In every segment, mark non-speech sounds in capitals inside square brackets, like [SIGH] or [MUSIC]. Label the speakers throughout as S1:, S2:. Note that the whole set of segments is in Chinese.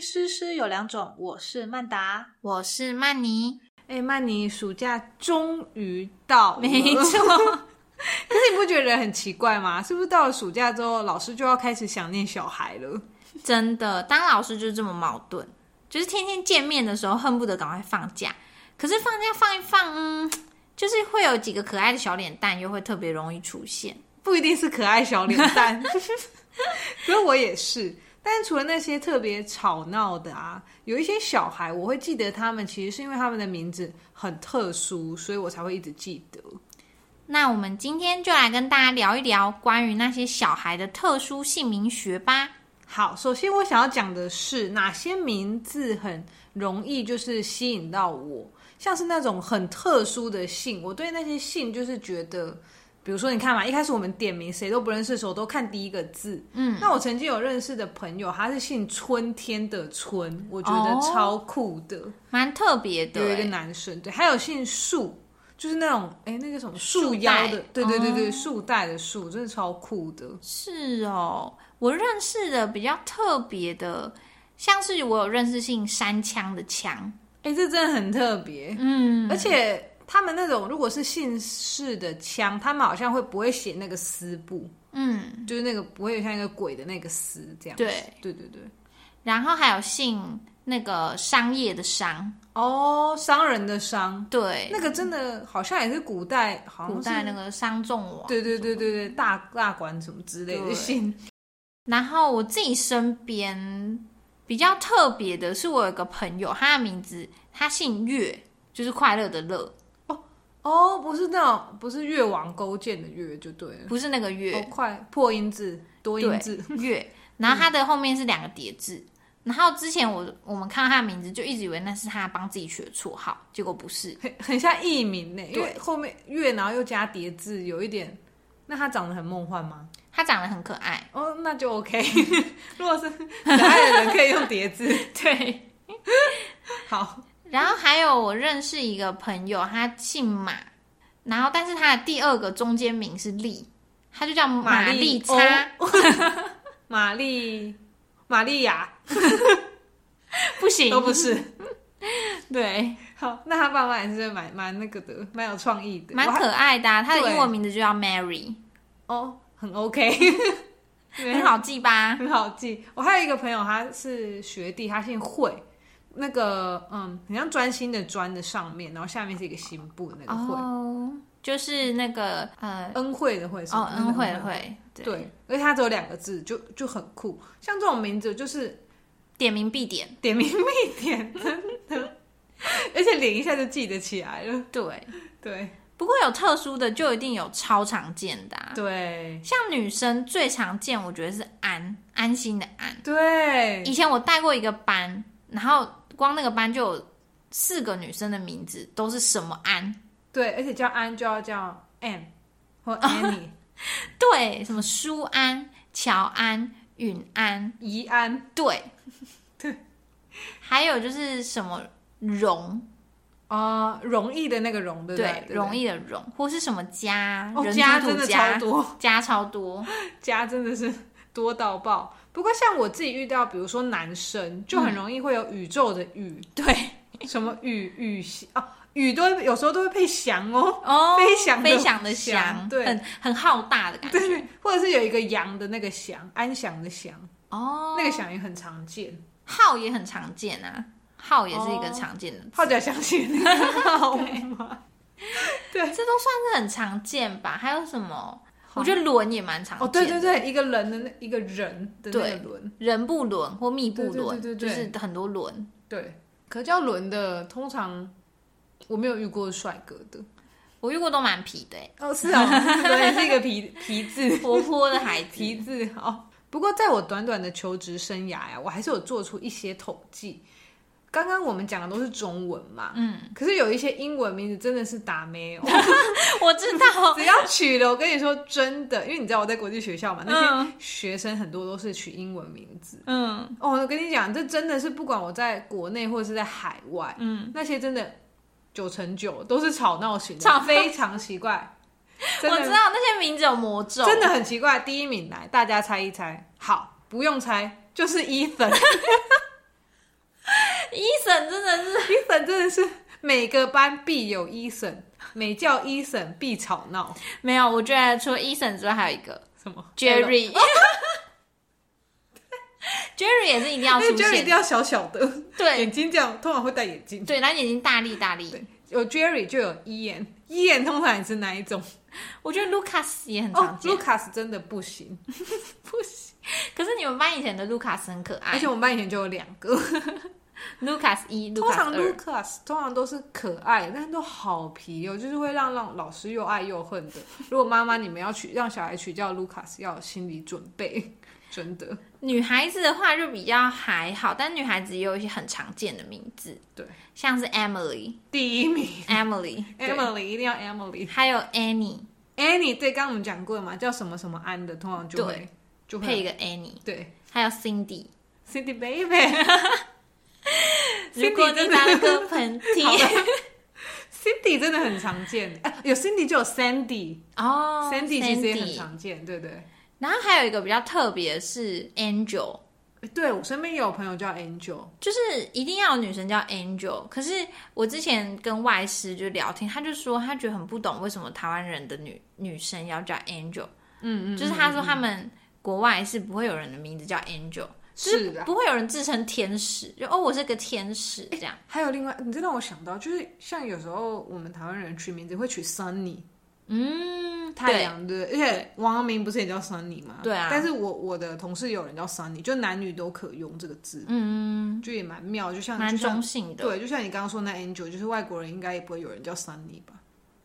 S1: 诗诗有两种，我是曼达。
S2: 我是曼妮，
S1: 哎，曼妮，暑假终于到了，
S2: [LAUGHS] 没错
S1: 可是你不觉得很奇怪吗？是不是到了暑假之后，老师就要开始想念小孩了？
S2: 真的，当老师就是这么矛盾，就是天天见面的时候恨不得赶快放假，可是放假放一放，嗯，就是会有几个可爱的小脸蛋，又会特别容易出现。
S1: 不一定是可爱小脸 [LAUGHS] 蛋，可是我也是。但是除了那些特别吵闹的啊，有一些小孩我会记得他们，其实是因为他们的名字很特殊，所以我才会一直记得。
S2: 那我们今天就来跟大家聊一聊关于那些小孩的特殊姓名学吧。
S1: 好，首先我想要讲的是哪些名字很容易就是吸引到我，像是那种很特殊的姓，我对那些姓就是觉得，比如说你看嘛，一开始我们点名谁都不认识的时候，都看第一个字。
S2: 嗯，
S1: 那我曾经有认识的朋友，他是姓春天的春，我觉得
S2: 哦
S1: 超酷的。
S2: 蛮特别的
S1: 有一个
S2: 欸，
S1: 男生，对，还有姓树，就是那种哎、那个什么
S2: 树
S1: 树腰
S2: 袋
S1: 的，对对对对，
S2: 哦
S1: 树袋的树，真的超酷的。
S2: 是哦，我认识的比较特别的，像是我有认识姓山枪的枪，
S1: 哎、这真的很特别，
S2: 嗯，
S1: 而且。他们那种如果是姓氏的枪，他们好像会不会写那个丝布，
S2: 嗯，
S1: 就是那个不会有像一个鬼的那个丝这样子。
S2: 对
S1: 对对对，
S2: 然后还有姓那个商业的商，
S1: 哦，商人的商，
S2: 对，
S1: 那个真的好像也是古代，好像
S2: 古
S1: 是
S2: 代那个商仲王，
S1: 对对对对对，大大管什么之类的
S2: 对
S1: 姓，
S2: 然后我自己身边比较特别的是，我有一个朋友，他的名字他姓乐，就是快乐的乐，
S1: 哦，不是那种，不是越王勾践的越就对了，
S2: 不是那个
S1: 哦
S2: 月，
S1: 快破音字多音字，
S2: 月。然后他的后面是两个叠字。然后之前我我们看到他的名字，就一直以为那是他帮自己取的绰号，结果不是。
S1: 很很像艺名呢，因为
S2: 对
S1: 后面越然后又加叠字，有一点。那他长得很梦幻吗？
S2: 他长得很可爱，
S1: 哦，那就 OK。如 [LAUGHS] 果是可爱的人，可以用叠字。
S2: [LAUGHS]
S1: [LAUGHS]
S2: 对。
S1: 好，
S2: 然后还有我认识一个朋友，他姓马，然后但是他的第二个中间名是丽，他就叫哦玛丽
S1: 玛丽
S2: 叉，
S1: [LAUGHS] 玛丽，玛丽亚
S2: [LAUGHS] 不行，
S1: 都不是。
S2: [LAUGHS] 对，
S1: 好，那他爸妈也是蛮蛮那个的，蛮有创意的，
S2: 蛮
S1: 我还
S2: 可爱的、啊。他的
S1: 对
S2: 英文名字就叫 Mary，
S1: 哦，很 OK，对
S2: 很好记
S1: [LAUGHS]
S2: 吧？
S1: 很好记。我还有一个朋友，他是学弟，他姓惠，那个嗯，很像专心的专的上面，然后下面是一个心部那个惠，
S2: 哦，就是那个呃，
S1: 恩惠的惠是
S2: 哦
S1: 吗，
S2: 恩惠的，惠，
S1: 对，而且他只有两个字，就就很酷。像这种名字就是
S2: 点名必点，
S1: 点名必点，真的， [LAUGHS] 而且脸一下就记得起来了。
S2: 对。
S1: 对
S2: 不过有特殊的，就一定有超常见的、啊。
S1: 对
S2: 像女生最常见，我觉得是安安心的安。
S1: 对，
S2: 以前我带过一个班，然后光那个班就有四个女生的名字都是什么安，
S1: 对，而且叫安就要叫 M 或
S2: 哦
S1: Annie， [LAUGHS]
S2: 对，什么舒安、乔安、允安，
S1: 怡安
S2: 对
S1: [LAUGHS]
S2: 对，还有就是什么容，
S1: 啊，容易的那个容，对不
S2: 对，
S1: 对，
S2: 容易的容，或是什么家，
S1: 哦，
S2: 人
S1: 家
S2: 字
S1: 真
S2: 土
S1: 的
S2: 家
S1: 超多， [LAUGHS]
S2: 家超多，
S1: 家真的是多到爆。不过像我自己遇到，比如说男生，就
S2: 嗯
S1: 很容易会有宇宙的
S2: [LAUGHS]
S1: 宇，
S2: 对，
S1: 什么宇宇翔哦，宇都会有时候都会配翔哦，
S2: 哦，
S1: 飞翔的
S2: 飞翔的
S1: 翔
S2: 翔，
S1: 对
S2: 很很浩大的感觉，
S1: 对，或者是有一个羊的那个翔，安翔的翔，
S2: 哦，
S1: 那个翔也很常见。
S2: 浩也很常见啊，浩也是一个
S1: 哦
S2: 常见的字
S1: 号角响起那个 [LAUGHS] 号码，哦
S2: 这都算是很常见吧？还有什么？
S1: 好
S2: 我觉得轮也蛮常见
S1: 哦，对对对，一个人的那一个人的那
S2: 对
S1: 个轮，
S2: 人不轮或密不轮，
S1: 对对对对对
S2: 就是很多轮。
S1: 对。可叫轮的，通常我没有遇过帅哥的。
S2: 我遇过都蛮皮的、欸，
S1: 哦，是哦，对，是一个 [LAUGHS] 皮皮字。
S2: 活泼的孩
S1: [LAUGHS]
S2: 子。
S1: 题字好。不过，在我短短的求职生涯呀、我还是有做出一些统计。刚刚我们讲的都是中文嘛，嗯，可是有一些英文名字真的是打 [LAUGHS] 没有，
S2: 我知道，
S1: 只要取了，我跟你说真的，因为你知道我在国际学校嘛，那些
S2: 嗯
S1: 学生很多都是取英文名字。
S2: 嗯
S1: 哦，我跟你讲，这真的是不管我在国内或者是在海外，
S2: 嗯，
S1: 那些真的九成九都是吵闹型的，
S2: 吵
S1: 非常奇怪。真
S2: [LAUGHS] 我
S1: 的
S2: 知道那些名字有魔咒，
S1: 真的很奇怪。 [LAUGHS] 第一名来，大家猜一猜。好，不用猜，就是伊粉。
S2: 医生真的是
S1: 伊森真的是每个班必有伊森，每叫伊森必吵闹。
S2: 没有，我觉得除了医生之外，还有一个
S1: 什么
S2: Jerry。Jerry 也是一定要
S1: 那哎
S2: 出
S1: Jerry 一定
S2: 现，
S1: 要小小的，
S2: 对
S1: 眼睛这样，通常会戴眼镜。
S2: 对，然后眼睛大力大力。
S1: 有 Jerry 就有伊眼，伊眼通常也是哪一种？
S2: 我觉得 Lucas 也很
S1: 哦
S2: 常见，
S1: ，Lucas 真的不行，
S2: 可是你们班以前的 Lucas 很可
S1: 而
S2: 爱
S1: 且我们班以前就有两个。
S2: ，Lucas 一
S1: 通常
S2: ，Lucas 二，
S1: Lucas 通常都是可爱，但都好皮哦，就是会让让老师又爱又恨的。如果妈妈你们要取让小孩取叫 Lucas，要有心理准备， [LAUGHS] 真的。
S2: 女孩子的话就比较还好，但女孩子也有一些很常见的名字，
S1: 对，
S2: 像是
S1: [LAUGHS]
S2: Emily、
S1: 第一名
S2: Emily、
S1: Emily 一定要 Emily。
S2: 还有 Annie，
S1: Annie 对，刚刚我们讲过嘛，叫什么什么安的，通常就会就
S2: 配一
S1: 会
S2: 个 Annie，
S1: 对
S2: 还有 Cindy。
S1: Cindy Baby。
S2: 如果
S1: Cindy
S2: 你
S1: 真
S2: 打了
S1: 的
S2: 个喷嚏，
S1: Cindy 真的很常见，哎、有 Cindy 就有 Sandy，Sandy
S2: [LAUGHS] 哦
S1: 其实也很
S2: Sandy
S1: 常见，对不对？
S2: 然后还有一个比较特别的是 Angel，
S1: 对我身边也有朋友叫 Angel，
S2: 就是一定要有女生叫 Angel。可是我之前跟外师就聊天，他就说他觉得很不懂为什么台湾人的女女生要叫 Angel，
S1: 嗯嗯，
S2: 就是他说他们国外是不会有人的名字叫 Angel，就是
S1: 是的，哎
S2: 不会有人自称天使，就哦我是个天使这样。
S1: 还有另外，你这让我想到，就是像有时候我们台湾人取名字会取 Sunny
S2: 嗯，
S1: 太
S2: 对，
S1: 阳对，而且王阳明不是也叫 Sunny 吗？
S2: 对啊
S1: 但是我我的同事有人叫 Sunny，就男女都可用这个字，
S2: 嗯，
S1: 就也蛮妙，就像
S2: 蛮
S1: 就像
S2: 中性的，
S1: 对，就像你刚刚说那 Angel，就是外国人应该也不会有人叫 Sunny 吧？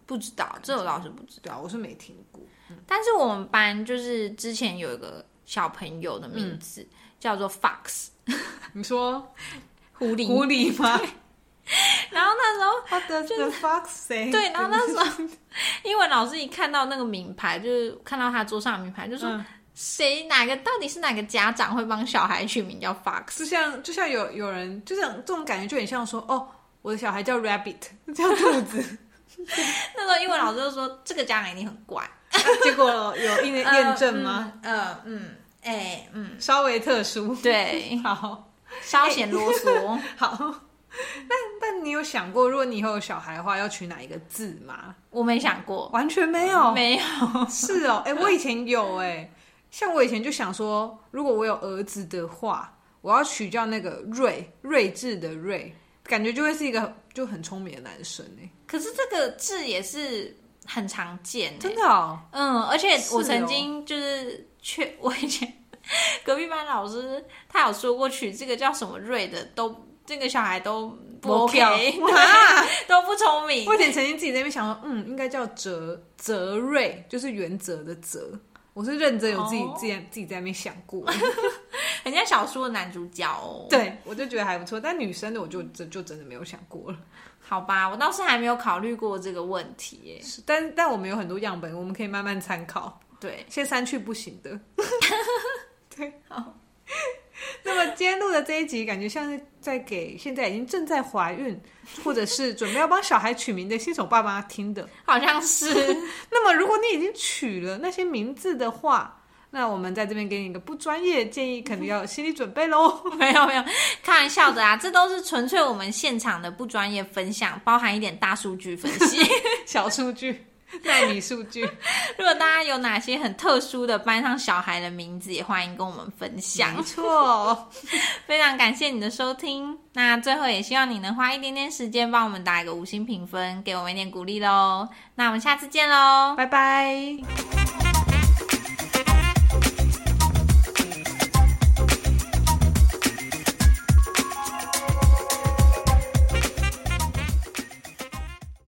S2: 不知道这我老师不知道。
S1: 对啊，我是没听过。
S2: 但是我们班就是之前有一个小朋友的名字、
S1: 嗯
S2: 叫做 Fox
S1: 你说
S2: 狐狸，
S1: 狐狸吗
S2: 然后那时候
S1: ？What does the fox say？
S2: 对，然后那时候英文老师一看到那个名牌，就是看到他桌上的名牌，就说、
S1: 嗯
S2: 谁哪个到底是哪个家长会帮小孩取名叫 Fox？
S1: 就像就像有有人，就像这种感觉就很像说，哦，我的小孩叫
S2: [LAUGHS]
S1: Rabbit，叫兔子。
S2: 那时候英文老师就说这个家长一定很怪，
S1: 结果有验嗯验证吗？？嗯
S2: 呃嗯，哎、嗯，
S1: 稍微特殊，
S2: 对，
S1: 好 [LAUGHS]
S2: 稍显啰
S1: 哎
S2: 嗦。
S1: 好。但但你有想过，如果你以后有小孩的话，要取哪一个字吗？
S2: 我嗯没想过，
S1: 完全没有，
S2: 没有，
S1: [LAUGHS] 是哦，哎、我以前有哎、像我以前就想说，如果我有儿子的话，我要取叫那个睿睿智的睿，感觉就会是一个就很聪明的男生哎、
S2: 可是这个字也是很常见、欸，
S1: 真的哦，
S2: 嗯，而且
S1: 是
S2: 我
S1: 哦
S2: 曾经就是去，我以前 [LAUGHS] 隔壁班老师他有说过，取这个叫什么瑞的，都这个小孩都不
S1: 没
S2: OK，
S1: 跳
S2: 对 [LAUGHS] 都不聪明
S1: 我。以前曾经自己在那边想说，嗯，应该叫哲哲睿，就是原则的哲。我是认真有自己、
S2: 哦
S1: 自己自己在那边想过，
S2: [LAUGHS] 人家小说的男主角哦，，
S1: 对我就觉得还不错。但女生的我就真就真的没有想过了。
S2: 好吧，我倒是还没有考虑过这个问题耶。
S1: 是但但我们有很多样本，我们可以慢慢参考。
S2: 对，
S1: 先删去不行
S2: [LAUGHS]
S1: 的。 [LAUGHS] 对，好。那么今天录的这一集，感觉像是在给现在已经正在怀孕，或者是准备要帮小孩取名的新手爸妈听的。
S2: [LAUGHS] 好像是
S1: 那么，如果你已经取了那些名字的话，那我们在这边给你一个不专业的建议，肯定要有心理准备喽。
S2: 没有没有开玩笑的啊，这都是纯粹我们现场的不专业分享，包含一点大数据分析。
S1: [LAUGHS]
S2: [LAUGHS]
S1: 小数据、纳米数据，
S2: 如果大家有哪些很特殊的班上小孩的名字，也欢迎跟我们分享
S1: 没。错。
S2: 非常感谢你的收听，那最后也希望你能花一点点时间帮我们打一个五星评分，给我们一点鼓励喽。那我们下次见喽，
S1: 拜拜。
S2: 拜